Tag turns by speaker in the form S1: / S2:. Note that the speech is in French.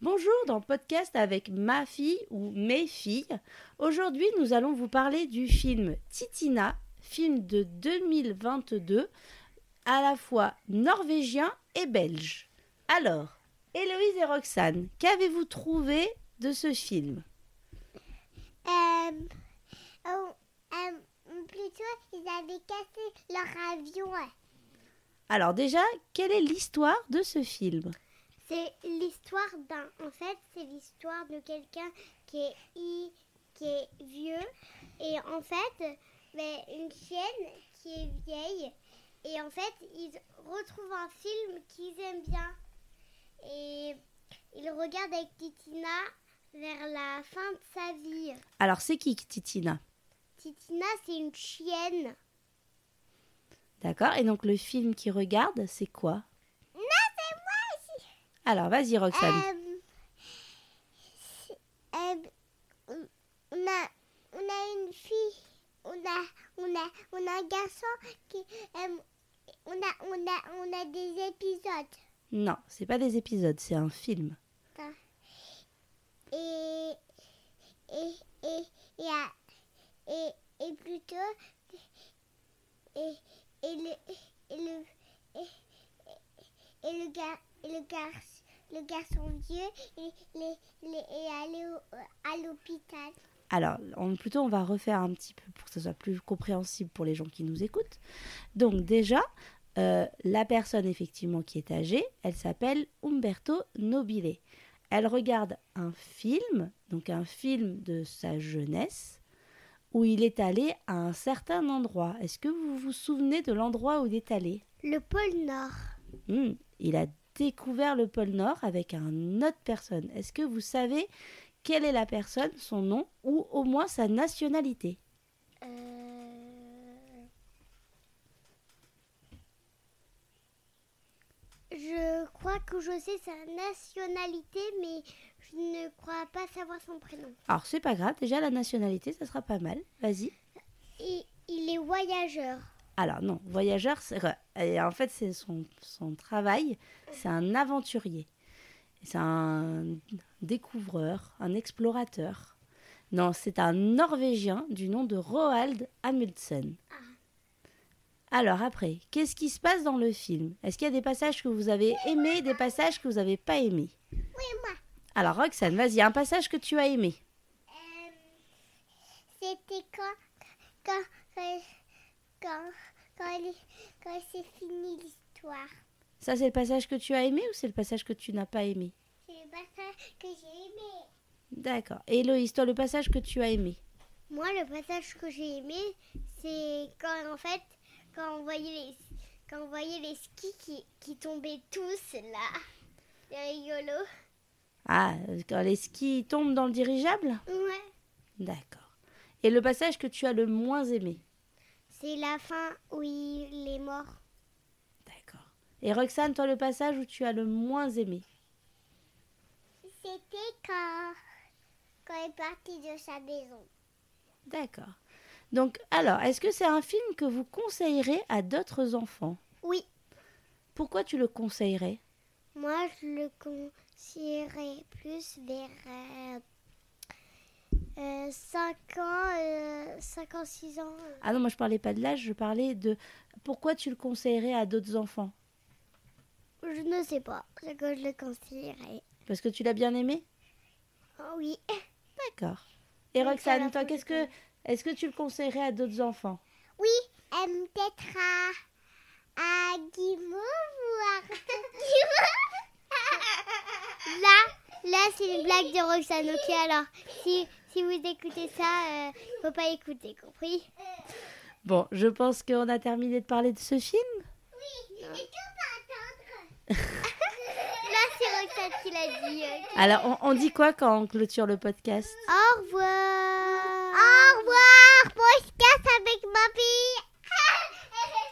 S1: Bonjour dans le podcast avec ma fille ou mes filles. Aujourd'hui, nous allons vous parler du film Titina, film de 2022, à la fois norvégien et belge. Alors, Héloïse et Roxane, qu'avez-vous trouvé de ce film
S2: Euh, euh, euh, plutôt, ils avaient cassé leur avion.
S1: Alors déjà, quelle est l'histoire de ce film
S2: C'est l'histoire d'un. En fait, c'est l'histoire de quelqu'un qui est i- qui est vieux et en fait, mais une chienne qui est vieille et en fait, ils retrouvent un film qu'ils aiment bien et ils regardent avec Titina vers la fin de sa vie.
S1: Alors c'est qui Titina
S2: Titina, c'est une chienne.
S1: D'accord Et donc le film qui regarde, c'est quoi Alors vas-y Roxane.
S2: Euh, euh, on a on a une fille, on a on a on a un garçon qui euh, on a on a on a des épisodes
S1: Non, c'est pas des épisodes, c'est un film.
S2: et et et et à- et, et plutôt et et le et le et, et- et le gar et le garçon le garçon vieux il il- il est allé au- à l'hôpital.
S1: Alors, on- plutôt on va refaire un petit peu pour que ce soit plus compréhensible pour les gens qui nous écoutent. Donc déjà, euh, la personne effectivement qui est âgée, elle s'appelle Umberto Nobile. Elle regarde un film, donc un film de sa jeunesse, où il est allé à un certain endroit. Est-ce que vous vous souvenez de l'endroit où il est allé
S2: Le pôle Nord.
S1: Hmm, il a découvert le pôle Nord avec un autre personne. Est-ce que vous savez quelle est la personne, son nom ou au moins sa nationalité
S2: Euh, Je crois que je sais sa nationalité, mais je ne crois pas savoir son prénom.
S1: Alors c'est pas grave, déjà la nationalité, ça sera pas mal. Vas-y.
S2: Et il est voyageur.
S1: Alors non, voyageur, c'est- et en fait c'est son, son travail, c'est un aventurier, c'est un découvreur, un explorateur. Non, c'est un Norvégien du nom de Roald Amundsen. Alors après, qu'est-ce qui se passe dans le film Est-ce qu'il y a des passages que vous avez aimés, des passages que vous n'avez pas aimés Oui,
S2: moi.
S1: Alors Roxane, vas-y, un passage que tu as aimé.
S2: euh, C'était quand, quand, quand, quand, quand il- quand c'est fini l'histoire.
S1: Ça c'est le passage que tu as aimé ou c'est le passage que tu n'as pas aimé
S2: C'est le passage que j'ai aimé.
S1: D'accord. Héloïse, toi le passage que tu as aimé
S2: Moi, le passage que j'ai aimé, c'est quand en fait, quand on voyait les, quand on voyait les skis qui, qui tombaient tous là. C'est rigolo.
S1: Ah, euh, quand les skis tombent dans le dirigeable
S2: Ouais.
S1: D'accord. Et le passage que tu as le moins aimé
S2: C'est la fin où il est mort.
S1: D'accord. Et Roxane, toi, le passage où tu as le moins aimé
S2: C'était quand, quand il est parti de sa maison.
S1: D'accord. Donc, alors, est-ce que c'est un film que vous conseillerez à d'autres enfants
S2: Oui.
S1: Pourquoi tu le conseillerais
S2: Moi, je le conseillerais plus vers 5 ans, 5 ans, 6 ans.
S1: Ah non, moi, je parlais pas de l'âge, je parlais de pourquoi tu le conseillerais à d'autres enfants
S2: Je ne sais pas ce que je le conseillerais.
S1: Parce que tu l'as bien aimé
S2: Oh, oui.
S1: D'accord. Et
S2: Oui, ça
S1: Roxane,
S2: va,
S1: toi,
S2: faut que
S1: qu'est-ce
S2: je
S1: que, est-ce que tu le conseillerais à d'autres enfants
S2: Oui, euh, peut-être à, à Guimauve ou à Guimauve. Là, là c'est une blague de Roxane. Ok, alors, si, si vous écoutez ça, euh, faut pas écouter, compris
S1: Bon, je pense qu'on a terminé de parler de ce film.
S2: Oui, et tout va attendre. là, c'est Roxane qui l'a dit. euh, ok.
S1: Alors, on, on dit quoi quand on clôture le podcast
S2: Au revoir. Au revoir, podcast avec ma fille.